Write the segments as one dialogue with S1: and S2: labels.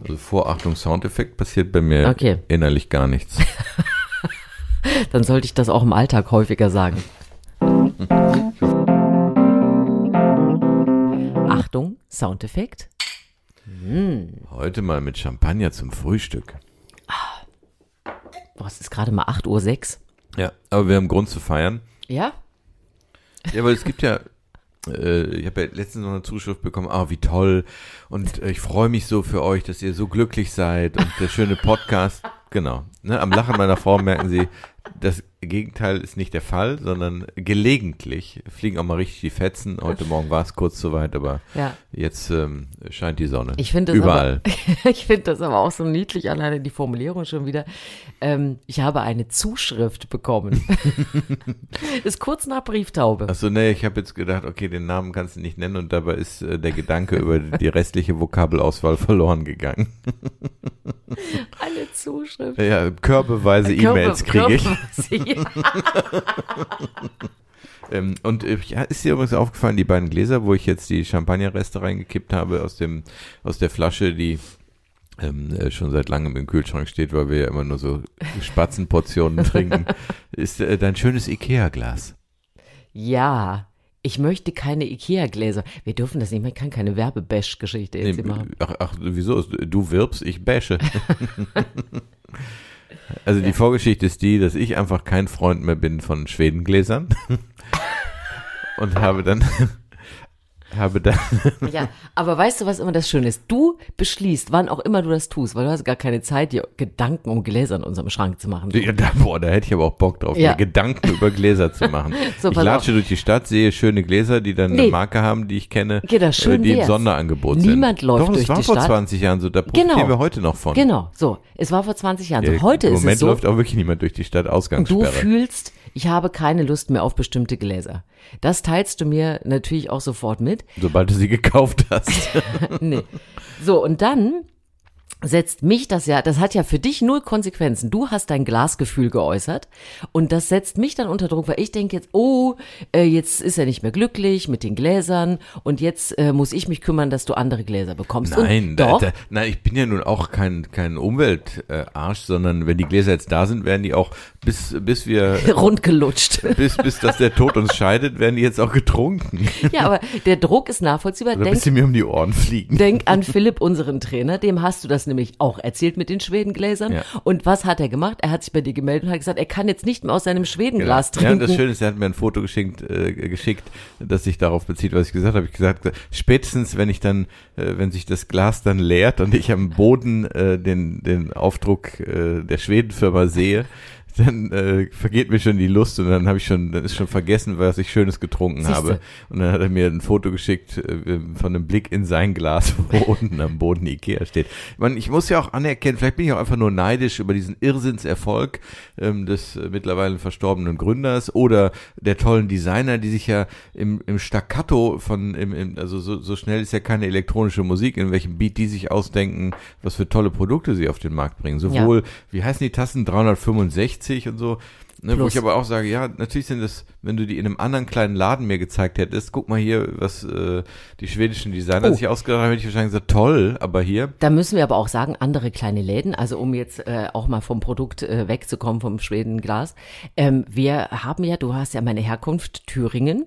S1: Also Vorachtung Soundeffekt passiert bei mir
S2: Okay.
S1: innerlich gar nichts.
S2: Dann sollte ich das auch im Alltag häufiger sagen. Achtung, Soundeffekt.
S1: Heute mal mit Champagner zum Frühstück.
S2: Boah, es ist gerade mal 8.06 Uhr.
S1: Ja, aber wir haben Grund zu feiern.
S2: Ja?
S1: Ja, weil es gibt ja, äh, ich habe ja letztens noch eine Zuschrift bekommen, ah, wie toll. Und äh, ich freue mich so für euch, dass ihr so glücklich seid und der schöne Podcast. Genau. Ne, am Lachen meiner Frau merken sie, das Gegenteil ist nicht der Fall, sondern gelegentlich fliegen auch mal richtig die Fetzen. Heute Morgen war es kurz zu weit, aber
S2: Ja.
S1: jetzt ähm, scheint die Sonne.
S2: Ich finde das
S1: Überall.
S2: Aber, ich finde das aber auch so niedlich, alleine die Formulierung schon wieder. Ähm, ich habe eine Zuschrift bekommen. ist kurz nach Brieftaube.
S1: Achso, nee, ich habe jetzt gedacht, okay, den Namen kannst du nicht nennen und dabei ist äh, der Gedanke über die restliche Vokabelauswahl verloren gegangen.
S2: Eine Zuschrift.
S1: Ja, körbeweise E-Mails kriege ich.
S2: ich. Ja.
S1: Ähm, und äh, ja, ist dir übrigens aufgefallen, die beiden Gläser, wo ich jetzt die Champagnerreste reingekippt habe aus dem aus der Flasche, die ähm, äh, schon seit langem im Kühlschrank steht, weil wir ja immer nur so Spatzenportionen trinken, ist äh, dein schönes Ikea-Glas.
S2: ja, ich möchte keine Ikea-Gläser. Wir dürfen das nicht mehr. Ich kann keine Werbebash-Geschichte jetzt
S1: Nee,
S2: hier machen.
S1: ach, ach, wieso? Du wirbst, ich bäsche. also die Vorgeschichte ist die, dass ich einfach kein Freund mehr bin von Schwedengläsern und habe dann habe dann
S2: Ja, aber weißt du, was immer das Schöne ist? Du beschließt, wann auch immer du das tust, weil du hast gar keine Zeit, dir Gedanken um Gläser in unserem Schrank zu machen.
S1: Ja, da, boah, da hätte ich aber auch Bock drauf,
S2: Ja.
S1: mir Gedanken über Gläser zu machen.
S2: So,
S1: ich
S2: pass
S1: latsche durch die Stadt, sehe schöne Gläser, die dann eine
S2: Nee.
S1: Marke haben, die ich kenne,
S2: Genau, schön
S1: äh, die im
S2: wär's.
S1: Sonderangebot
S2: Niemand
S1: sind.
S2: läuft
S1: Doch, das
S2: durch
S1: war
S2: die
S1: vor
S2: Stadt.
S1: 20 Jahren so, da profitieren
S2: Genau.
S1: wir heute noch von.
S2: Genau, so. Es war vor 20 Jahren.
S1: Ja,
S2: so. Heute
S1: Im
S2: ist
S1: Moment
S2: es so.
S1: läuft auch wirklich niemand durch die Stadt,
S2: Du
S1: Ausgangssperre.
S2: fühlst, ich habe keine Lust mehr auf bestimmte Gläser. Das teilst du mir natürlich auch sofort mit.
S1: Sobald du sie gekauft hast.
S2: Nee. So, und dann setzt mich das ja, das hat ja für dich null Konsequenzen. Du hast dein Glasgefühl geäußert und das setzt mich dann unter Druck, weil ich denke jetzt, oh, äh, jetzt ist er nicht mehr glücklich mit den Gläsern und jetzt äh, muss ich mich kümmern, dass du andere Gläser bekommst.
S1: Nein,
S2: und,
S1: da,
S2: doch.
S1: da, nein, ich bin ja nun auch kein, kein Umweltarsch, äh, Arsch, sondern wenn die Gläser jetzt da sind, werden die auch, bis, bis wir,
S2: Rundgelutscht.
S1: bis, bis dass der Tod uns scheidet, werden die jetzt auch getrunken.
S2: Ja, aber der Druck ist nachvollziehbar.
S1: Oder
S2: Denk
S1: bis sie mir um die Ohren fliegen.
S2: Denk an Philipp, unseren Trainer, dem hast du das nämlich auch erzählt mit den Schwedengläsern.
S1: Ja.
S2: Und was hat er gemacht? Er hat sich bei dir gemeldet und hat gesagt, er kann jetzt nicht mehr aus seinem Schwedenglas
S1: Genau. Ja, und
S2: trinken.
S1: das Schöne ist, er hat mir ein Foto geschickt, äh, geschickt, das sich darauf bezieht, was ich gesagt habe. Ich gesagt, spätestens, wenn ich dann, äh, wenn sich das Glas dann leert und ich am Boden äh, den, den Aufdruck äh, der Schwedenfirma sehe, dann äh, vergeht mir schon die Lust und dann habe ich schon, dann ist schon vergessen, was ich Schönes getrunken
S2: Siehste.
S1: habe. Und dann hat er mir ein Foto geschickt äh, von einem Blick in sein Glas, wo unten am Boden Ikea steht. Ich, meine, ich muss ja auch anerkennen, vielleicht bin ich auch einfach nur neidisch über diesen Irrsinnserfolg ähm, des äh, mittlerweile verstorbenen Gründers oder der tollen Designer, die sich ja im, im Staccato von, im, im, also so, so schnell ist ja keine elektronische Musik, in welchem Beat die sich ausdenken, was für tolle Produkte sie auf den Markt bringen. Sowohl, wie heißen die Tassen, 365 und so. Ne, wo
S2: Plus.
S1: ich aber auch sage, ja, natürlich sind das, wenn du die in einem anderen kleinen Laden mir gezeigt hättest, guck mal hier, was äh, die schwedischen Designer
S2: Oh.
S1: sich ausgedacht haben, hätte ich wahrscheinlich gesagt, toll, aber hier,
S2: da müssen wir aber auch sagen, andere kleine Läden, also um jetzt äh, auch mal vom Produkt äh, wegzukommen, vom Schwedenglas. Ähm, wir haben ja, du hast ja meine Herkunft Thüringen.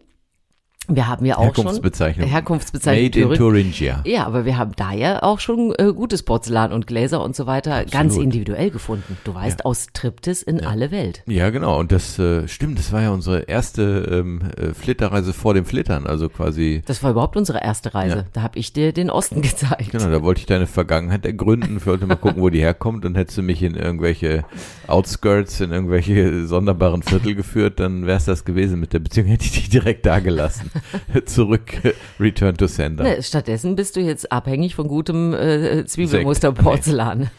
S2: Wir haben ja auch
S1: Herkunftsbezeichnung.
S2: schon Herkunftsbezeichnung
S1: Made in Thuringia.
S2: Ja, aber wir haben da ja auch schon äh, gutes Porzellan und Gläser und so weiter ganz individuell gefunden. Du weißt, aus Triptis in alle Welt.
S1: Ja, genau. Und das äh, stimmt, das war ja unsere erste ähm, äh, Flitterreise vor dem Flittern. Also quasi,
S2: Das war überhaupt unsere erste Reise. Da hab ich dir den Osten gezeigt.
S1: genau, da wollte ich deine Vergangenheit ergründen. Ich wollte mal gucken, wo die herkommt. Und hättest du mich in irgendwelche Outskirts, in irgendwelche sonderbaren Viertel geführt, dann wär's das gewesen mit der Beziehung. Hätte ich dich direkt da gelassen. Zurück, äh, Return to Sender.
S2: Ne, stattdessen bist du jetzt abhängig von gutem äh,
S1: Sekt. Nee.
S2: Zwiebelmusterporzellan.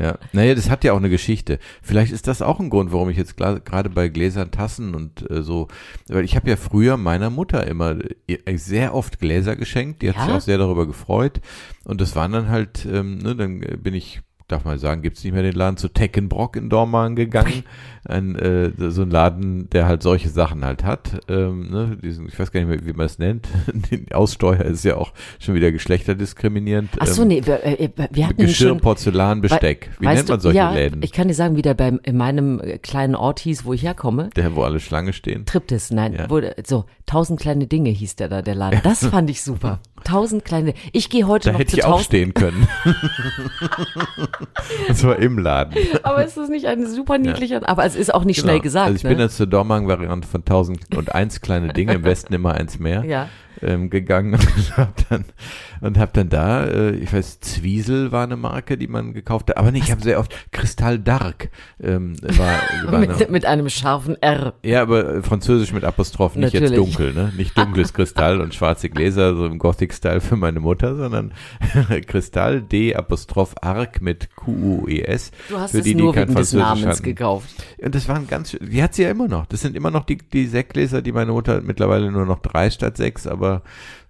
S1: Ja, naja, das hat ja auch eine Geschichte. Vielleicht ist das auch ein Grund, warum ich jetzt gla- gerade bei Gläsern, Tassen und äh, so, weil ich habe ja früher meiner Mutter immer äh, sehr oft Gläser geschenkt, die hat
S2: Ja?
S1: sich auch sehr darüber gefreut und das waren dann halt, ähm, ne, dann äh, bin ich darf man sagen, gibt's nicht mehr den Laden zu Teckenbrock in Dormagen gegangen. Ein, äh, so ein Laden, der halt solche Sachen halt hat. Ähm, ne? Diesen, ich weiß gar nicht mehr, wie man es nennt. Die Aussteuer ist ja auch schon wieder geschlechterdiskriminierend.
S2: Ach so,
S1: Ähm,
S2: nee, wir, äh, wir hatten
S1: Geschirr,
S2: schon...
S1: Porzellan, Besteck. Wie
S2: Weißt
S1: nennt
S2: du-
S1: man solche
S2: ja,
S1: Läden?
S2: Ich kann dir sagen, wie der beim, in meinem äh, kleinen Ort hieß, wo ich herkomme.
S1: der, wo alle Schlange stehen.
S2: Triptis, nein,
S1: Ja.
S2: wurde, so, tausend kleine Dinge hieß der da, der Laden. Das fand ich super. Tausend kleine, ich gehe heute
S1: Da
S2: noch
S1: hätte
S2: zu
S1: ich auch
S2: tausend,
S1: stehen können. das war im Laden.
S2: aber ist das nicht ein super niedlicher, aber es ist auch nicht schnell
S1: Genau.
S2: gesagt,
S1: Also ich
S2: ne?
S1: bin dann zur Dormagen-Variante von 1001 kleine Dinge, im Westen immer eins mehr,
S2: Ja.
S1: ähm, gegangen und hab dann, und hab dann da, äh, ich weiß, Zwiesel war eine Marke, die man gekauft hat, aber nicht, ich habe sehr oft Kristall Dark ähm, war, war eine,
S2: mit, mit einem scharfen R.
S1: ja, aber äh, französisch mit Apostrophen, nicht jetzt
S2: Natürlich.
S1: dunkel, ne? Nicht dunkles Kristall und schwarze Gläser, so im Gothic-Style für meine Mutter, sondern Kristall D Apostroph Arc mit Q-U-E-S.
S2: Du hast
S1: für
S2: es
S1: die, die
S2: nur
S1: kein
S2: wegen des
S1: Französisch
S2: Namens
S1: hatten.
S2: gekauft.
S1: Und das waren ganz, schön- die hat sie ja immer noch. Das sind immer noch die, die Sektgläser, die meine Mutter hat mittlerweile nur noch drei statt sechs, aber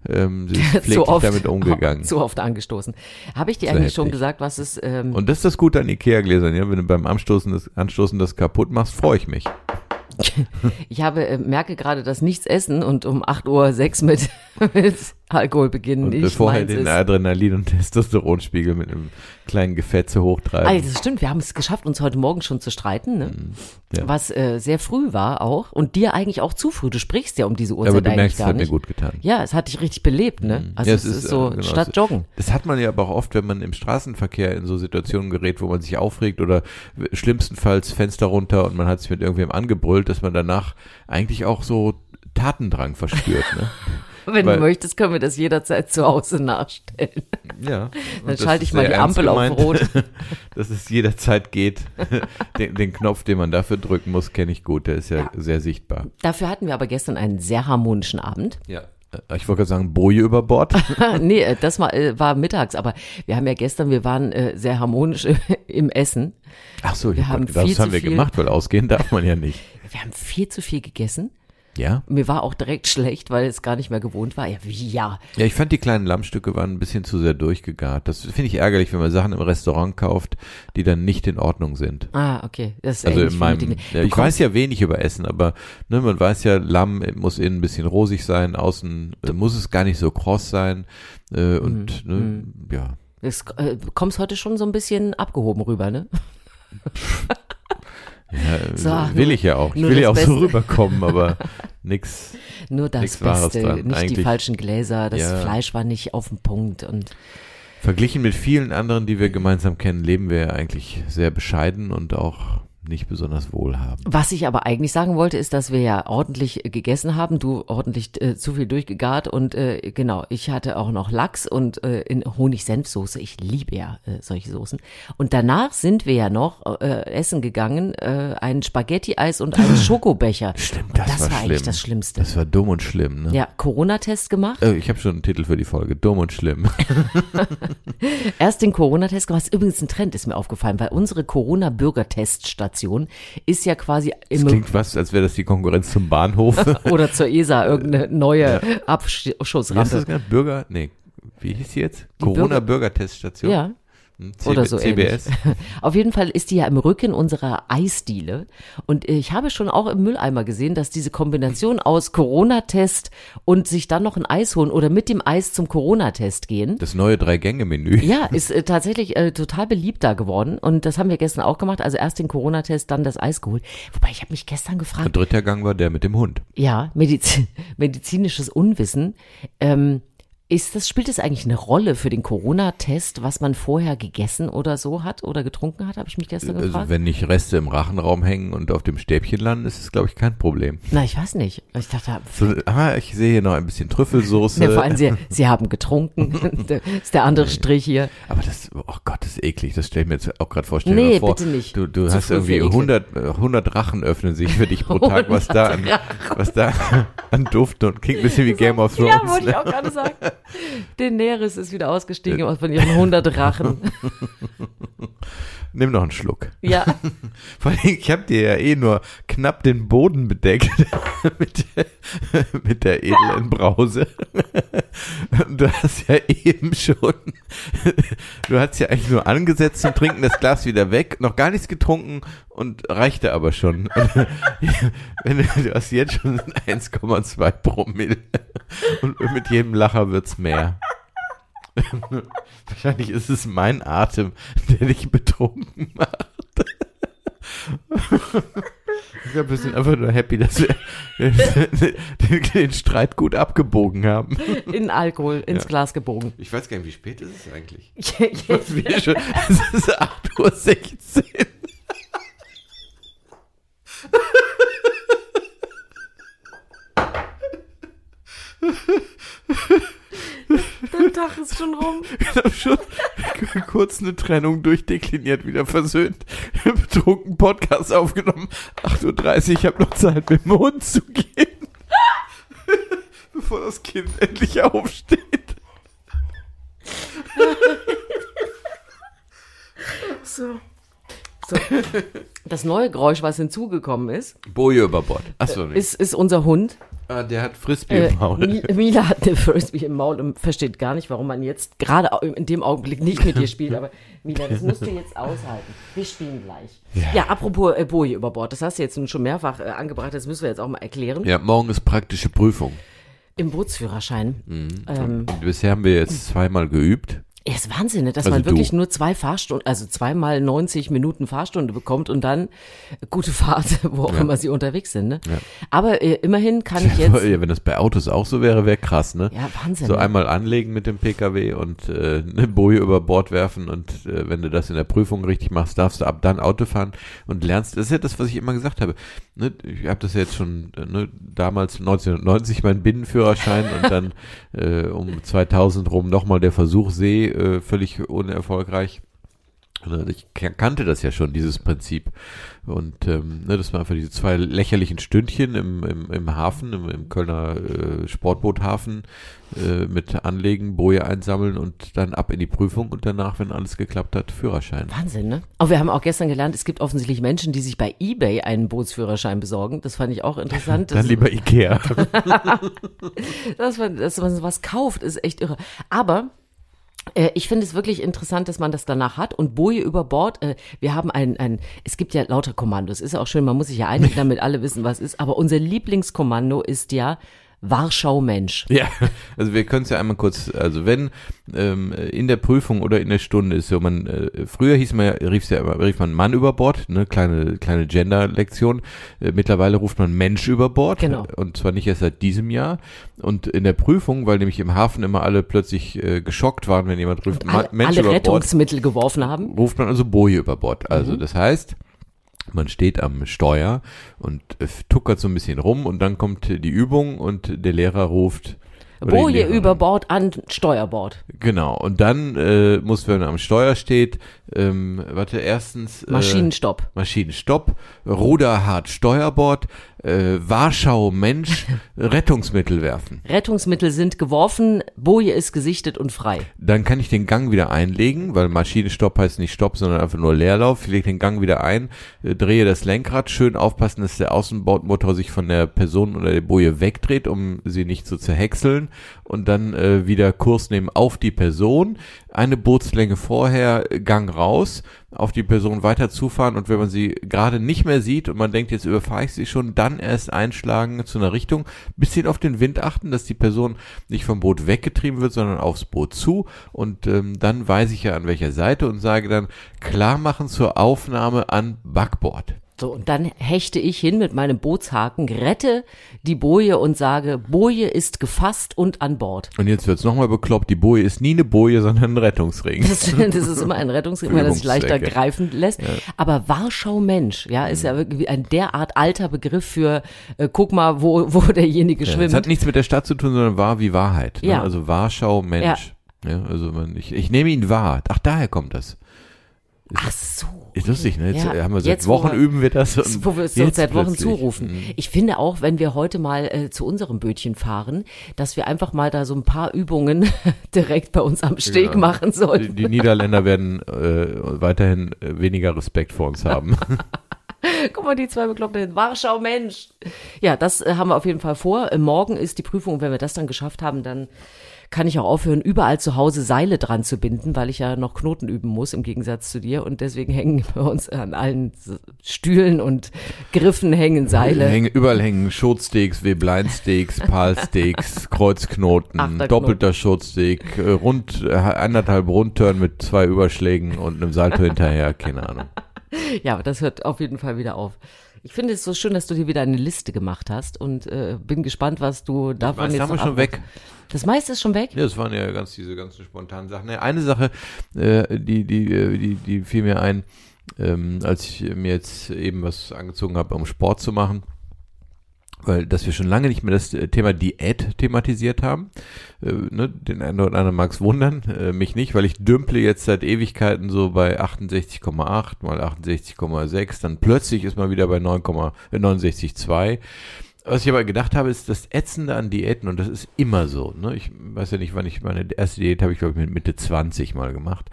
S1: ähm, sie ist
S2: zu
S1: pfleglich
S2: oft,
S1: damit umgegangen.
S2: zu oft angestoßen. Habe ich dir
S1: So
S2: eigentlich schon
S1: heftig.
S2: gesagt, was es, ähm,
S1: Und das ist das Gute an Ikea-Gläsern, ja? wenn du beim Anstoßen das, Anstoßen das kaputt machst, freue ich mich.
S2: ich habe, äh, merke gerade, dass nichts essen und um 8 Uhr 6 mit, mit Alkohol beginnen.
S1: Und
S2: ich
S1: bevor er
S2: meins
S1: den
S2: ist-
S1: Adrenalin- und Testosteronspiegel mit einem kleinen Gefetze hochtreiben.
S2: Ah, das stimmt, wir haben es geschafft, uns heute Morgen schon zu streiten, ne?
S1: Mhm. ja.
S2: was äh, sehr früh war auch und dir eigentlich auch zu früh. Du sprichst ja um diese Uhrzeit
S1: aber du
S2: eigentlich
S1: merkst, es
S2: gar
S1: hat
S2: nicht.
S1: mir gut getan.
S2: Ja, es hat dich richtig belebt, ne? Also
S1: Ja,
S2: es, ist, so
S1: äh, genau,
S2: statt
S1: es-
S2: Joggen.
S1: Das hat man ja aber auch oft, wenn man im Straßenverkehr in so Situationen gerät, wo man sich aufregt oder w- schlimmstenfalls Fenster runter und man hat sich mit irgendwem angebrüllt, dass man danach eigentlich auch so Tatendrang verspürt. Ne?
S2: Wenn
S1: weil-
S2: du möchtest, können wir das jederzeit zu Hause nachstellen.
S1: ja.
S2: Dann schalte ich mal die Ampel auf Rot.
S1: dass es jederzeit geht. den, den Knopf, den man dafür drücken muss, kenne ich gut. Der ist ja, sehr sichtbar.
S2: Dafür hatten wir aber gestern einen sehr harmonischen Abend.
S1: Ja. Ich wollte gerade sagen, Boje über Bord.
S2: nee, äh, das mal, äh, war mittags, aber wir haben ja gestern, wir waren äh, sehr harmonisch im Essen.
S1: Ach so, ich
S2: Wir
S1: hab
S2: haben
S1: grad gedacht,
S2: viel
S1: das haben
S2: zu
S1: wir
S2: viel-
S1: gemacht, weil ausgehen darf man ja nicht.
S2: Wir haben viel zu viel gegessen.
S1: Ja?
S2: Mir war auch direkt schlecht, weil es gar nicht mehr gewohnt war. Ja, wie ja.
S1: Ja, ich fand die kleinen Lammstücke waren ein bisschen zu sehr durchgegart. Das finde ich ärgerlich, wenn man Sachen im Restaurant kauft, die dann nicht in Ordnung sind.
S2: Ah, okay. Das ist
S1: Also
S2: ähnlich
S1: in
S2: wie mit
S1: meinem,
S2: den-
S1: ja,
S2: Du
S1: ich
S2: kommst-
S1: weiß ja wenig über Essen, aber ne, man weiß ja, Lamm muss innen ein bisschen rosig sein, außen äh, muss es gar nicht so kross sein äh, und
S2: Mhm,
S1: ne, ja.
S2: Es, äh, kommst heute schon so ein bisschen abgehoben rüber, ne?
S1: ja
S2: So,
S1: so, will ich ja auch. Ich
S2: nur
S1: will ja auch
S2: das
S1: so
S2: Beste.
S1: rüberkommen, aber nix.
S2: Nur das
S1: Nichts Wahres
S2: Beste,
S1: dran,
S2: nicht die
S1: eigentlich.
S2: falschen Gläser, das
S1: Ja.
S2: Fleisch war nicht auf dem Punkt und
S1: Verglichen mit vielen anderen, die wir gemeinsam kennen, leben wir ja eigentlich sehr bescheiden und auch nicht besonders wohlhabend.
S2: was ich aber eigentlich sagen wollte, ist, dass wir ja ordentlich äh, gegessen haben, du ordentlich äh, zu viel durchgegart und äh, genau, ich hatte auch noch Lachs und äh, in Honig-Senf-Soße, ich liebe ja äh, solche Soßen und danach sind wir ja noch äh, essen gegangen, äh, ein Spaghetti-Eis und einen Schokobecher.
S1: Stimmt,
S2: das war eigentlich das Schlimmste.
S1: Das war dumm und schlimm, ne?
S2: Ja, Corona-Test gemacht.
S1: Äh, Ich habe schon einen Titel für die Folge, dumm und schlimm.
S2: Erst den Corona-Test gemacht. Ist übrigens ein Trend, ist mir aufgefallen, weil unsere Corona-Bürgerteststation ist ja quasi im
S1: Klingt was, als wäre das die Konkurrenz zum Bahnhof. Hast
S2: oder zur ESA irgendeine neue
S1: du das
S2: Abschussrampe.
S1: genannt? Bürger, nee, wie hieß die jetzt?
S2: Bürger-
S1: Corona-Bürgerteststation?
S2: Ja,
S1: Hm, C-
S2: oder so
S1: CBS.
S2: ähnlich. Auf jeden Fall ist die ja im Rücken unserer Eisdiele. Und äh, ich habe schon auch im Mülleimer gesehen, dass diese Kombination aus Corona-Test und sich dann noch ein Eis holen oder mit dem Eis zum Corona-Test gehen.
S1: Das neue Drei-Gänge-Menü.
S2: Ja, ist äh, tatsächlich äh, total beliebt da geworden. Und das haben wir gestern auch gemacht. Also erst den Corona-Test, dann das Eis geholt. Wobei ich habe mich gestern
S1: Und
S2: gefragt,
S1: dritter Gang war der mit dem Hund.
S2: ja, Mediz medizinisches Unwissen. Ähm, ist das, spielt das eigentlich eine Rolle für den Corona-Test, was man vorher gegessen oder so hat oder getrunken hat, habe ich mich gestern
S1: Also
S2: gefragt.
S1: wenn nicht Reste im Rachenraum hängen und auf dem Stäbchen landen, ist es, glaube ich, kein Problem.
S2: Na, ich weiß nicht. Ich dachte,
S1: So, ah, ich sehe hier noch ein bisschen Trüffelsoße.
S2: ja, vor allem, sie, sie haben getrunken. Das ist der andere Strich hier.
S1: Aber das, oh Gott, das ist eklig. Das stell ich mir jetzt auch gerade vor. Stell dir
S2: Nee,
S1: mal vor,
S2: bitte nicht.
S1: Du, du
S2: Zu
S1: hast
S2: früh für
S1: irgendwie
S2: Ekel.
S1: 100, äh, 100 Rachen öffnen sich für dich pro Tag, was da an,
S2: 100
S1: was da an Duft und klingt ein bisschen wie Game of Thrones.
S2: Ja, wollte ich auch gerade sagen. Daenerys ist wieder ausgestiegen aus von ihren 100 Rachen.
S1: Nimm noch einen Schluck.
S2: Ja,
S1: Vor allem, ich habe dir ja eh nur knapp den Boden bedeckt mit, mit der edlen Brause. Und du hast ja eben schon, du hast ja eigentlich nur angesetzt zum Trinken, das Glas wieder weg, noch gar nichts getrunken und reichte aber schon. Und, wenn du, du hast jetzt schon 1,2 Promille und mit jedem Lacher wird's mehr. Wahrscheinlich ist es mein Atem, der dich betrunken macht. Ich glaube, wir sind einfach nur happy, dass wir den, den Streit gut abgebogen haben.
S2: in Alkohol ins
S1: Ja.
S2: Glas gebogen.
S1: Ich weiß gar nicht, wie spät ist es eigentlich?
S2: Jetzt-
S1: Wir schon, es ist 8.16 Uhr.
S2: Der Tag ist schon rum.
S1: Ich habe schon kurz eine Trennung durchdekliniert, wieder versöhnt, betrunken Podcast aufgenommen. 8.30 Uhr, ich habe noch Zeit, mit dem Hund zu gehen. Bevor das Kind endlich aufsteht.
S2: So. so. Das neue Geräusch, was hinzugekommen ist,
S1: Boje über Bord. Achso, nee.
S2: Äh, ist, ist unser Hund.
S1: ah, der hat Frisbee
S2: Äh,
S1: im Maul.
S2: Mi- Mila hat eine Frisbee im Maul und versteht gar nicht, warum man jetzt gerade au- in dem Augenblick nicht mit dir spielt. Aber Mila, das musst du jetzt aushalten. Wir spielen gleich. Ja, apropos äh, Boje über Bord, das hast du jetzt nun schon mehrfach äh, angebracht, das müssen wir jetzt auch mal erklären.
S1: Ja, morgen ist praktische Prüfung.
S2: Im Bootsführerschein.
S1: Mhm.
S2: Ähm,
S1: Und bisher haben wir jetzt zweimal geübt.
S2: ja, ist Wahnsinn, ne, dass
S1: Also
S2: man wirklich
S1: du.
S2: nur zwei Fahrstunden, also zweimal 90 Minuten Fahrstunde bekommt und dann gute Fahrt, wo auch immer sie unterwegs sind. Ne? Aber äh, immerhin kann ich jetzt.
S1: Ja, wenn das bei Autos auch so wäre, wäre krass, ne?
S2: Ja, Wahnsinn.
S1: So
S2: ne?
S1: einmal anlegen mit dem PKW und äh, eine Boje über Bord werfen und äh, wenn du das in der Prüfung richtig machst, darfst du ab dann Auto fahren und lernst. Das ist ja das, was ich immer gesagt habe. Ne? Ich habe das ja jetzt schon äh, ne, damals 1990 meinen Binnenführerschein und dann äh, um 2000 rum nochmal der Versuch See, äh, völlig unerfolgreich. Ne, Ich kan- kannte das ja schon, dieses Prinzip. Und ähm, ne, das waren einfach diese zwei lächerlichen Stündchen im, im, im Hafen, im, im Kölner äh, Sportboothafen äh, mit Anlegen, Boje einsammeln und dann ab in die Prüfung und danach, wenn alles geklappt hat, Führerschein.
S2: Wahnsinn, ne? Aber wir haben auch gestern gelernt, es gibt offensichtlich Menschen, die sich bei eBay einen Bootsführerschein besorgen. Das fand ich auch interessant.
S1: Dann
S2: Das,
S1: lieber Ikea.
S2: dass, man, dass man sowas kauft, ist echt irre. Aber äh, ich finde es wirklich interessant, dass man das danach hat. Und Boje über Bord, äh, wir haben ein, ein, es gibt ja lauter Kommandos. Ist ja auch schön, man muss sich ja einigen, damit alle wissen, was ist. Aber unser Lieblingskommando ist ja Warschau-Mensch.
S1: Ja, also wir können es ja einmal kurz, also wenn ähm, in der Prüfung oder in der Stunde ist so, man äh, früher hieß man ja, rief's ja, immer- rief man Mann über Bord, ne, kleine kleine Gender-Lektion. Äh, mittlerweile ruft man Mensch über Bord.
S2: Genau.
S1: Und zwar nicht erst seit diesem Jahr. Und in der Prüfung, weil nämlich im Hafen immer alle plötzlich äh, geschockt waren, wenn jemand ruft Ma-
S2: Alle,
S1: Mensch
S2: alle
S1: über Bord
S2: Rettungsmittel geworfen haben.
S1: ruft man also Boje über Bord. Also
S2: Mhm.
S1: das heißt, man steht am Steuer und äh, tuckert so ein bisschen rum und dann kommt äh, die Übung und der Lehrer ruft oder die
S2: Boje
S1: Lehrerin.
S2: über Bord an Steuerbord.
S1: Genau, und dann äh, muss, wenn man am Steuer steht, ähm, warte, erstens äh,
S2: Maschinenstopp.
S1: Maschinenstopp, Ruder hart Steuerbord, äh, Warschau Mensch, Rettungsmittel werfen.
S2: Rettungsmittel sind geworfen, Boje ist gesichtet und frei.
S1: Dann kann ich den Gang wieder einlegen, weil Maschinenstopp heißt nicht Stopp, sondern einfach nur Leerlauf. Ich lege den Gang wieder ein, äh, drehe das Lenkrad, schön aufpassen, dass der Außenbordmotor sich von der Person oder der Boje wegdreht, um sie nicht zu zerhäckseln. Und dann äh, wieder Kurs nehmen auf die Person, eine Bootslänge vorher, äh, Gang raus, auf die Person weiter zufahren und wenn man sie gerade nicht mehr sieht und man denkt, jetzt überfahre ich sie schon, dann erst einschlagen zu einer Richtung, bisschen auf den Wind achten, dass die Person nicht vom Boot weggetrieben wird, sondern aufs Boot zu und ähm, dann weiß ich ja an welcher Seite und sage dann klar machen zur Aufnahme an Backbord.
S2: So, und dann hechte ich hin mit meinem Bootshaken, rette die Boje und sage, Boje ist gefasst und an Bord.
S1: Und jetzt wird's nochmal bekloppt, die Boje ist nie eine Boje, sondern ein Rettungsring.
S2: Das, das ist immer ein Rettungsriemen, das sich leichter
S1: Übungszwecke.
S2: greifen lässt. Aber Warschau-Mensch, ja, ist
S1: Mhm.
S2: ja wirklich ein derart alter Begriff für, äh, guck mal, wo, wo derjenige
S1: Es hat
S2: schwimmt.
S1: nichts mit der Stadt zu tun, sondern war wie Wahrheit. Ne?
S2: Ja.
S1: Also Warschau, Mensch. Ja. also man, ich, ich nehme ihn wahr. Ach, daher kommt das.
S2: Ach so.
S1: Ist lustig, ne? Jetzt
S2: Ja,
S1: haben wir seit
S2: jetzt, wo
S1: Wochen
S2: wir-
S1: üben wir das. Und
S2: Wo wir es uns
S1: Ähm, jetzt
S2: seit Wochen
S1: plötzlich. Mhm.
S2: zurufen. Ich finde auch, wenn wir heute mal äh, zu unserem Bötchen fahren, dass wir einfach mal da so ein paar Übungen direkt bei uns am Steg
S1: Genau.
S2: machen
S1: Die,
S2: sollten.
S1: die Niederländer werden äh, weiterhin äh, weniger Respekt vor uns haben.
S2: Guck mal, die zwei Bekloppten in Warschau, Mensch. Ja, das äh, haben wir auf jeden Fall vor. Äh, morgen ist die Prüfung und wenn wir das dann geschafft haben, dann kann ich auch aufhören, überall zu Hause Seile dran zu binden, weil ich ja noch Knoten üben muss, im Gegensatz zu dir. Und deswegen hängen bei uns an allen S- Stühlen und Griffen hängen Seile.
S1: Hängen, überall hängen Schutzsteaks, Webleinsteaks, Palsteaks, Kreuzknoten,
S2: Achterknoten.
S1: doppelter Schutzsteak, äh, rund, äh, anderthalb Rundtörn mit zwei Überschlägen und einem Salto hinterher, keine Ahnung.
S2: Ja, aber das hört auf jeden Fall wieder auf. Ich finde es so schön, dass du dir wieder eine Liste gemacht hast und äh, bin gespannt, was du davon
S1: Das
S2: jetzt
S1: haben wir
S2: noch
S1: schon
S2: ab-
S1: weg.
S2: Das meiste ist schon weg.
S1: Ja, das waren ja ganz diese ganzen spontanen Sachen. Ne, Eine Sache, äh, die, die, äh, die, die fiel mir ein, ähm, als ich mir jetzt eben was angezogen habe, um Sport zu machen. Weil, dass wir schon lange nicht mehr das äh, Thema Diät thematisiert haben. Äh, ne, den einen oder anderen mag es wundern, äh, mich nicht, weil ich dümple jetzt seit Ewigkeiten so bei 68,8 mal 68,6. Dann plötzlich ist man wieder bei 9, äh, 69,2. Was ich aber gedacht habe, ist das Ätzende an Diäten, und das ist immer so. Ne? Ich weiß ja nicht, wann ich meine erste Diät habe ich, glaube ich, mit Mitte 20 mal gemacht.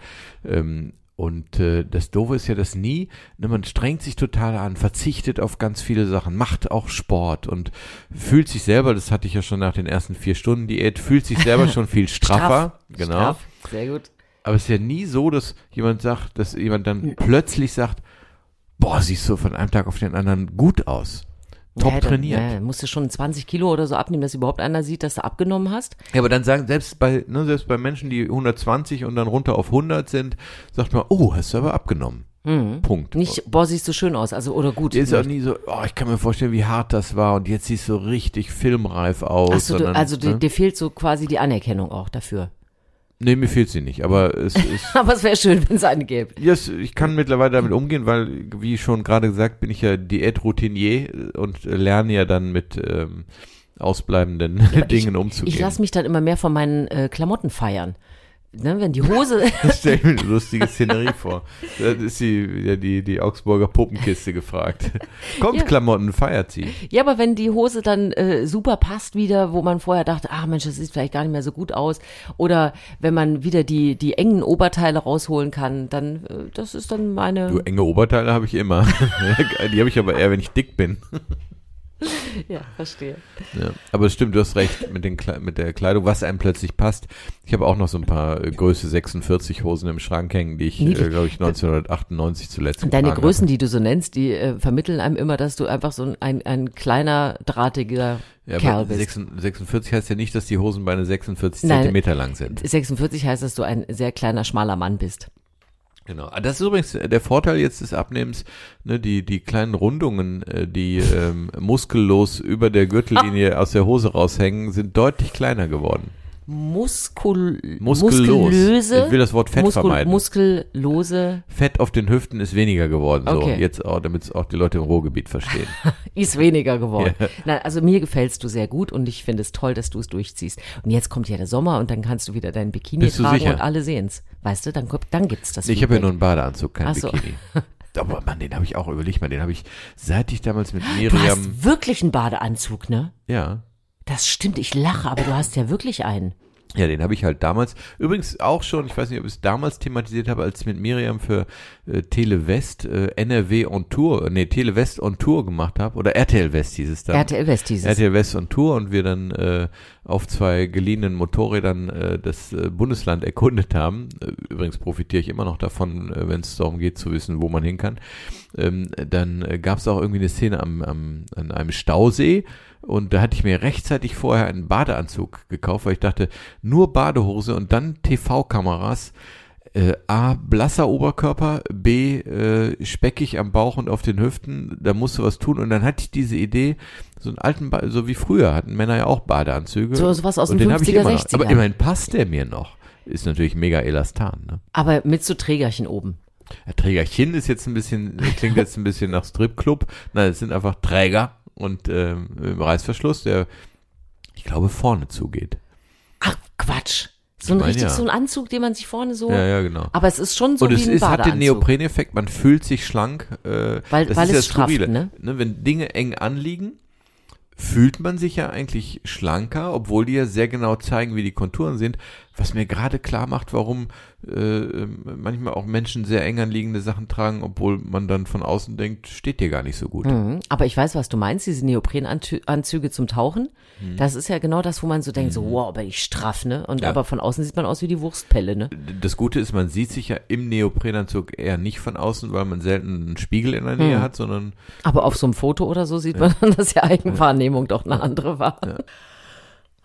S1: Ähm, und äh, das Doofe ist ja, dass nie, ne, man strengt sich total an, verzichtet auf ganz viele Sachen, macht auch Sport und fühlt sich selber, das hatte ich ja schon nach den ersten vier Stunden Diät, fühlt sich selber schon viel straffer. genau.
S2: Straff. Sehr gut.
S1: Aber es ist ja nie so, dass jemand sagt, dass jemand dann plötzlich sagt, boah, siehst du von einem Tag auf den anderen gut aus. Top
S2: Ja, dann,
S1: trainiert.
S2: Ja, musst du schon 20 Kilo oder so abnehmen, dass überhaupt einer sieht, dass du abgenommen hast.
S1: Ja, aber dann sagen, selbst bei, ne, selbst bei Menschen, die 120 und dann runter auf 100 sind, sagt man, oh, hast du aber abgenommen. Punkt.
S2: Mhm. Nicht, boah, siehst du schön aus, also oder gut.
S1: ist auch nie so, oh, ich kann mir vorstellen, wie hart das war und jetzt siehst du richtig filmreif aus.
S2: Ach so, du,
S1: sondern,
S2: also dir,
S1: ne?
S2: dir fehlt so quasi die Anerkennung auch dafür.
S1: Nee, mir fehlt sie nicht, aber es ist.
S2: Aber es wäre schön, wenn es eine gäbe.
S1: Yes, ich kann mittlerweile damit umgehen, weil, wie schon gerade gesagt, bin ich ja Diätroutinier und lerne ja dann mit ähm, ausbleibenden Dingen umzugehen.
S2: Ich lasse mich dann immer mehr von meinen äh, Klamotten feiern. Ne, wenn die Hose,
S1: Das stelle ich mir eine lustige Szenerie vor. Da ist die, ja, die, die Augsburger Puppenkiste gefragt. Kommt
S2: Ja.
S1: Klamotten, feiert sie.
S2: Ja, aber wenn die Hose dann äh, super passt wieder, wo man vorher dachte, ah Mensch, das sieht vielleicht gar nicht mehr so gut aus. Oder wenn man wieder die, die engen Oberteile rausholen kann, dann, äh, das ist dann meine,
S1: Du, enge Oberteile habe ich immer. die habe ich aber eher, wenn ich dick bin.
S2: ja, verstehe.
S1: Ja. Aber es stimmt, du hast recht mit, den Kle mit der Kleidung, was einem plötzlich passt. Ich habe auch noch so ein paar äh, Größe 46 Hosen im Schrank hängen, die ich, äh,
S2: Niedlich.
S1: glaube ich, 1998 zuletzt
S2: Deine
S1: getragen
S2: Größen, die du so nennst, die äh, vermitteln einem immer, dass du einfach so ein, ein, ein kleiner, drahtiger
S1: habe. Ja,
S2: Kerl
S1: aber
S2: bist.
S1: 46, 46 heißt ja nicht, dass die Hosenbeine 46
S2: Nein.
S1: Zentimeter lang sind.
S2: 46 heißt, dass du ein sehr kleiner, schmaler Mann bist.
S1: Genau. Ah, Das ist übrigens der Vorteil jetzt des Abnehmens, ne, die, die kleinen Rundungen, äh, die ähm, muskellos über der Gürtellinie aus der Hose raushängen, sind deutlich kleiner geworden.
S2: Muskul
S1: Muskellos.
S2: muskulöse,
S1: Ich will das Wort Fett
S2: Muskel-
S1: vermeiden.
S2: muskellose
S1: Fett auf den Hüften ist weniger geworden, so
S2: Okay.
S1: jetzt auch, damit es auch die Leute im Ruhrgebiet verstehen.
S2: Ist weniger geworden. Nein, also mir gefällst du sehr gut und ich finde es toll, dass du es durchziehst. Und jetzt kommt ja der Sommer und dann kannst du wieder dein Bikini
S1: Bist du
S2: tragen
S1: sicher?
S2: und alle sehen's. Weißt du, dann, kommt- dann gibt's das
S1: Ich habe ja
S2: Feedback.
S1: nur einen Badeanzug, kein
S2: Ach so.
S1: Bikini. Aber Mann, den habe ich auch, überleg mal, den habe ich, seit ich damals mit
S2: Du
S1: Miriam,
S2: hast wirklich einen Badeanzug, ne?
S1: ja,
S2: Das stimmt, ich lache, aber du hast ja wirklich einen.
S1: Ja, den habe ich halt damals, übrigens auch schon, ich weiß nicht, ob ich es damals thematisiert habe, als ich mit Miriam für äh, Tele West äh, NRW on Tour, äh, nee, Tele West on Tour gemacht habe, oder RTL West hieß es dann.
S2: RTL West dieses.
S1: RTL West on Tour und wir dann äh, auf zwei geliehenen Motorrädern äh, das äh, Bundesland erkundet haben. Äh, Übrigens profitiere ich immer noch davon, äh, wenn es darum geht zu wissen, wo man hin kann. Ähm, dann äh, gab es auch irgendwie eine Szene am, am, an einem Stausee und da hatte ich mir rechtzeitig vorher einen Badeanzug gekauft, weil ich dachte, nur Badehose und dann TV-Kameras. Äh, A, blasser Oberkörper, B, äh, speckig am Bauch und auf den Hüften, da musst du was tun. Und dann hatte ich diese Idee, so einen alten, ba so wie früher hatten Männer ja auch Badeanzüge.
S2: So- sowas aus
S1: und
S2: den
S1: den hab ich
S2: 50er,
S1: immer noch.
S2: 60er.
S1: Aber immerhin passt der mir noch. Ist natürlich mega elastan. Ne?
S2: Aber mit so Trägerchen oben.
S1: Ja, Trägerchen ist jetzt ein bisschen, klingt jetzt ein bisschen nach Stripclub. Nein, es sind einfach Träger und ähm, im Reißverschluss, der, ich glaube, vorne zugeht.
S2: Ach, Quatsch. So ein
S1: Ich meine,
S2: richtig,
S1: ja.
S2: so ein Anzug, den man sich vorne so.
S1: Ja, ja, genau.
S2: Aber es ist schon so
S1: und
S2: wie
S1: es
S2: ein
S1: ist, hat den
S2: Badeanzug.
S1: Neopreneffekt, man fühlt sich schlank. Äh,
S2: Weil-
S1: das
S2: weil
S1: ist
S2: es
S1: das
S2: strafft,
S1: Skurrile,
S2: ne?
S1: Wenn Dinge eng anliegen, fühlt man sich ja eigentlich schlanker, obwohl die ja sehr genau zeigen, wie die Konturen sind. Was mir gerade klar macht, warum äh, manchmal auch Menschen sehr eng anliegende Sachen tragen, obwohl man dann von außen denkt, steht dir gar nicht so gut.
S2: Mhm. Aber ich weiß, was du meinst, diese Neoprenanzüge zum Tauchen. Das ist ja genau das, wo man so denkt, so, wow, aber ich straff, ne? Und
S1: Hm. Ja.
S2: aber von außen sieht man aus wie die Wurstpelle, ne?
S1: Das Gute ist, man sieht sich ja im Neoprenanzug eher nicht von außen, weil man selten einen Spiegel in der
S2: Hm.
S1: Nähe hat, sondern
S2: Aber auf so einem Foto oder so sieht man dann, dass die Eigenwahrnehmung doch eine andere war.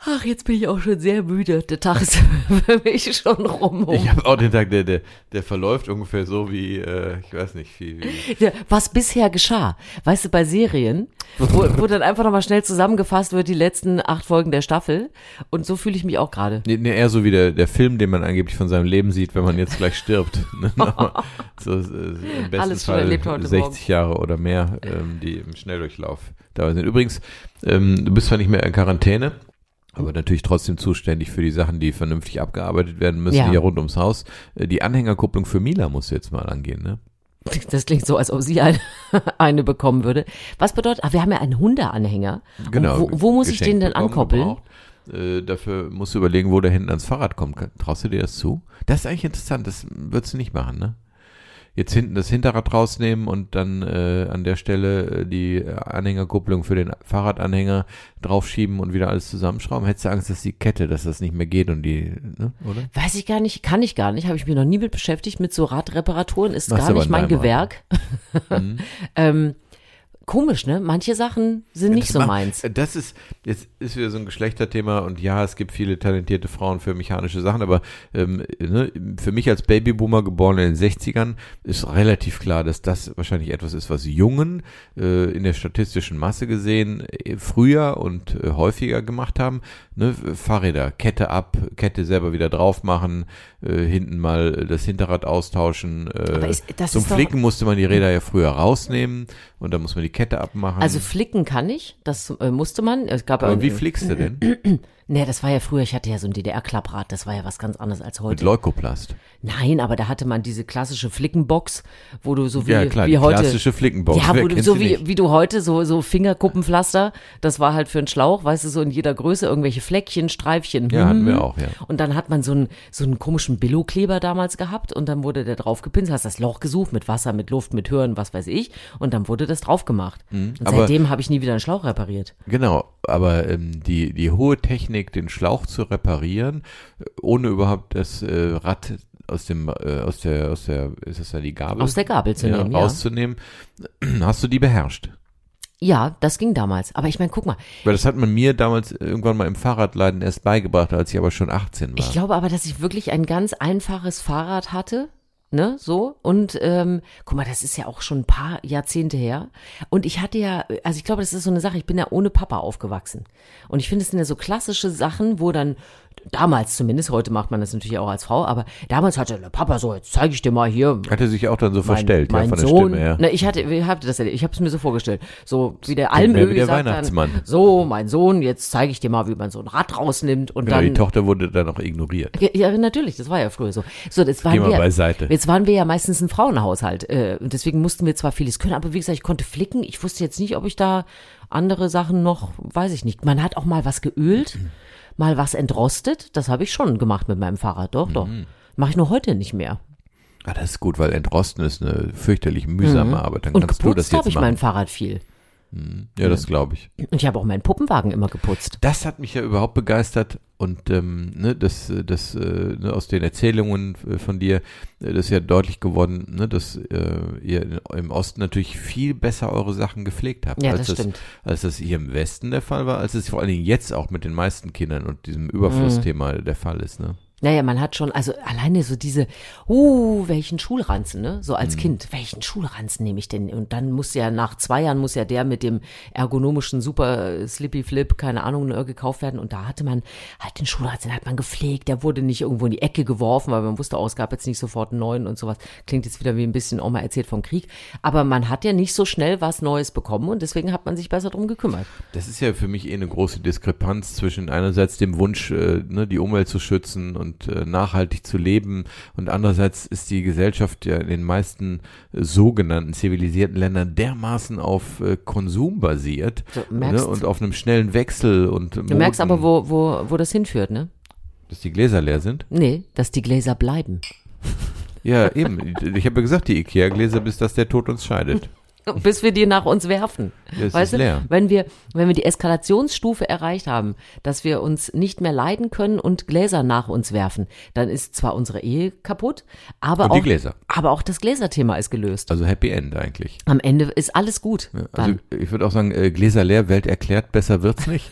S2: Ach, jetzt bin ich auch schon sehr müde. Der Tag ist für mich schon rum.
S1: ich habe auch den Tag, der, der, der verläuft ungefähr so wie, äh, ich weiß nicht, wie, wie
S2: Was bisher geschah. Weißt du, bei Serien, wo, wo dann einfach nochmal schnell zusammengefasst wird, die letzten acht Folgen der Staffel. Und so fühle ich mich auch gerade.
S1: Nee, nee, eher so wie der, der Film, den man angeblich von seinem Leben sieht, wenn man jetzt gleich stirbt. Ne? Aber so, äh, Im besten
S2: Alles schon
S1: Fall
S2: erlebt heute
S1: 60
S2: Morgen.
S1: Jahre oder mehr, ähm, die im Schnelldurchlauf dabei sind. Übrigens, ähm, du bist zwar nicht mehr in Quarantäne, aber natürlich trotzdem zuständig für die Sachen, die vernünftig abgearbeitet werden müssen,
S2: Ja.
S1: hier rund ums Haus. Äh, Die Anhängerkupplung für Mila muss jetzt mal angehen, ne?
S2: Das klingt so, als ob sie eine, eine bekommen würde. Was bedeutet, ah, wir haben ja einen Hundeanhänger. Und Wo, wo muss ich
S1: geschenkt
S2: den denn
S1: Genau, bekommen,
S2: ankoppeln?
S1: gebraucht. Äh, dafür musst du überlegen, wo der hinten ans Fahrrad kommt. Kann- Traust du dir das zu? Das ist eigentlich interessant, das würdest du nicht machen, ne? Jetzt hinten das Hinterrad rausnehmen und dann äh, an der Stelle äh, die äh, Anhängerkupplung für den Fahrradanhänger draufschieben und wieder alles zusammenschrauben. Hättest du Angst, dass die Kette, dass das nicht mehr geht und die, ne, oder?
S2: Weiß ich gar nicht, kann ich gar nicht, habe ich mich noch nie mit beschäftigt, mit so Radreparaturen, ist
S1: Machst
S2: gar
S1: aber
S2: nicht
S1: in
S2: mein
S1: deinem
S2: Gewerk.
S1: Mhm.
S2: ähm, komisch, ne? Manche Sachen sind nicht
S1: Das
S2: so
S1: macht-
S2: meins.
S1: Äh, Das ist, jetzt ist wieder so ein Geschlechterthema und ja, es gibt viele talentierte Frauen für mechanische Sachen, aber ähm, ne, für mich als Babyboomer geboren in den 60ern ist relativ klar, dass das wahrscheinlich etwas ist, was Jungen äh, in der statistischen Masse gesehen äh, früher und äh, häufiger gemacht haben. Ne? Fahrräder, Kette ab, Kette selber wieder drauf machen, äh, hinten mal das Hinterrad austauschen. Äh,
S2: Aber ist- das
S1: zum
S2: ist doch-
S1: Flicken musste man die Räder ja früher rausnehmen und dann muss man die Kette abmachen.
S2: Also flicken kann ich, das äh, musste man. Es gab
S1: Aber
S2: ja-
S1: wie fliegst du denn?
S2: Nee, das war ja früher, ich hatte ja so ein DDR-Klapprad, das war ja was ganz anderes als
S1: Mit
S2: heute.
S1: Leukoplast.
S2: Nein, aber da hatte man diese klassische Flickenbox, wo du so wie,
S1: Ja, klar,
S2: wie
S1: die
S2: heute.
S1: klassische Flickenbox.
S2: Ja,
S1: Wer
S2: wo du,
S1: kennt
S2: so
S1: sie
S2: wie,
S1: nicht?
S2: wie du heute, so, so Fingerkuppenpflaster, das war halt für einen Schlauch, weißt du, so in jeder Größe irgendwelche Fleckchen, Streifchen. hm,
S1: Ja, hatten wir auch, ja.
S2: Und dann hat man so einen, so einen komischen Billo-Kleber damals gehabt und dann wurde der drauf gepinselt, hast das Loch gesucht mit Wasser, mit Luft, mit Hören, was weiß ich, und dann wurde das drauf gemacht. und
S1: Mhm, aber-
S2: seitdem habe ich nie wieder einen Schlauch repariert.
S1: Genau, aber ähm, die, die hohe Technik, den Schlauch zu reparieren, äh, ohne überhaupt das äh, Rad aus dem, äh, aus der, aus der, ist das ja die Gabel?
S2: Aus der Gabel zu nehmen, ja.
S1: Rauszunehmen, hast du die beherrscht?
S2: Ja, das ging damals. Aber ich meine, guck mal,
S1: Weil das hat man mir damals irgendwann mal im Fahrradladen erst beigebracht, als ich aber schon 18 war.
S2: Ich glaube aber, dass ich wirklich ein ganz einfaches Fahrrad hatte. Ne, so und ähm, guck mal, das ist ja auch schon ein paar Jahrzehnte her. Und ich hatte ja, also ich glaube, das ist so eine Sache. Ich bin ja ohne Papa aufgewachsen. Und ich finde, es sind ja so klassische Sachen, wo dann damals zumindest, heute macht man das natürlich auch als Frau, aber damals hatte der Papa so, jetzt zeige ich dir mal hier
S1: Hat er sich auch dann so verstellt,
S2: mein
S1: ja, von der
S2: Sohn, ne,
S1: Stimme her.
S2: Na, ich hatte, ich hatte das, erlebt. ich habe es mir so vorgestellt. So wie der
S1: klingt mehr
S2: Almöhi
S1: wie der
S2: sagt
S1: Weihnachtsmann.
S2: Dann, so, mein Sohn, jetzt zeige ich dir mal, wie man so ein Rad rausnimmt und
S1: Genau, die
S2: dann.
S1: Tochter wurde dann auch ignoriert.
S2: Ja, ja, natürlich, das war ja früher so. So, das waren
S1: Geh mal
S2: wir,
S1: beiseite.
S2: Jetzt waren wir ja meistens ein Frauenhaushalt. Äh, und deswegen mussten wir zwar vieles können, aber wie gesagt, ich konnte flicken. Ich wusste jetzt nicht, ob ich da andere Sachen noch, weiß ich nicht. Man hat auch mal was geölt, mal was entrostet. Das habe ich schon gemacht mit meinem Fahrrad. Doch, doch.
S1: Mhm.
S2: Mache ich nur heute nicht mehr.
S1: Ah, das ist gut, weil Entrosten ist eine fürchterlich mühsame Arbeit. Dann
S2: Mhm. Und
S1: kannst du das
S2: geputzt
S1: jetzt
S2: habe ich mein
S1: machen.
S2: Fahrrad viel.
S1: Ja, das glaube ich.
S2: Und ich habe auch meinen Puppenwagen immer geputzt.
S1: Ähm, Das hat mich ja überhaupt begeistert und ähm, ne, das, äh, das äh, ne, aus den Erzählungen äh, von dir, äh, das ist ja deutlich geworden, ne, dass äh, ihr in- im Osten natürlich viel besser eure Sachen gepflegt habt,
S2: Ja,
S1: als,
S2: das stimmt. Mhm.
S1: ne?
S2: Naja, man hat schon, also alleine so diese, uh, welchen Schulranzen, ne? So als Kind, welchen Schulranzen nehme ich denn? Und dann muss ja nach zwei Jahren muss ja der mit dem ergonomischen Super äh, Slippy Flip, keine Ahnung, äh, gekauft werden. Und da hatte man halt den Schulranzen, den hat man gepflegt, der wurde nicht irgendwo in die Ecke geworfen, weil man wusste auch, es gab jetzt nicht sofort einen neuen und sowas. Klingt jetzt wieder wie ein bisschen Oma erzählt vom Krieg. Aber man hat ja nicht so schnell was Neues bekommen und deswegen hat man sich besser drum gekümmert.
S1: Das ist ja für mich eh eine große Diskrepanz zwischen einerseits dem Wunsch, äh, ne, die Umwelt zu schützen und und äh, nachhaltig zu leben. Und andererseits ist die Gesellschaft ja in den meisten äh, sogenannten zivilisierten Ländern dermaßen auf äh, Konsum basiert
S2: Du merkst,
S1: ne? und auf einem schnellen Wechsel und
S2: du merkst aber, wo, wo, wo das hinführt, ne?
S1: dass die Gläser leer sind.
S2: Nee, dass die Gläser bleiben.
S1: Ja, eben. Ich habe ja gesagt, die Ikea-Gläser, bis dass der Tod uns scheidet.
S2: Bis wir die nach uns werfen.
S1: Ja, es
S2: weißt
S1: ist leer.
S2: du, wenn wir, wenn wir die Eskalationsstufe erreicht haben, dass wir uns nicht mehr leiden können und Gläser nach uns werfen, dann ist zwar unsere Ehe kaputt, aber
S1: Und die
S2: auch,
S1: Gläser.
S2: aber auch das Gläserthema ist gelöst.
S1: Also Happy End eigentlich.
S2: Am Ende ist alles gut.
S1: Also
S2: Dann.
S1: ich würde auch sagen, äh, Gläser leer, Welt erklärt, besser wird's nicht.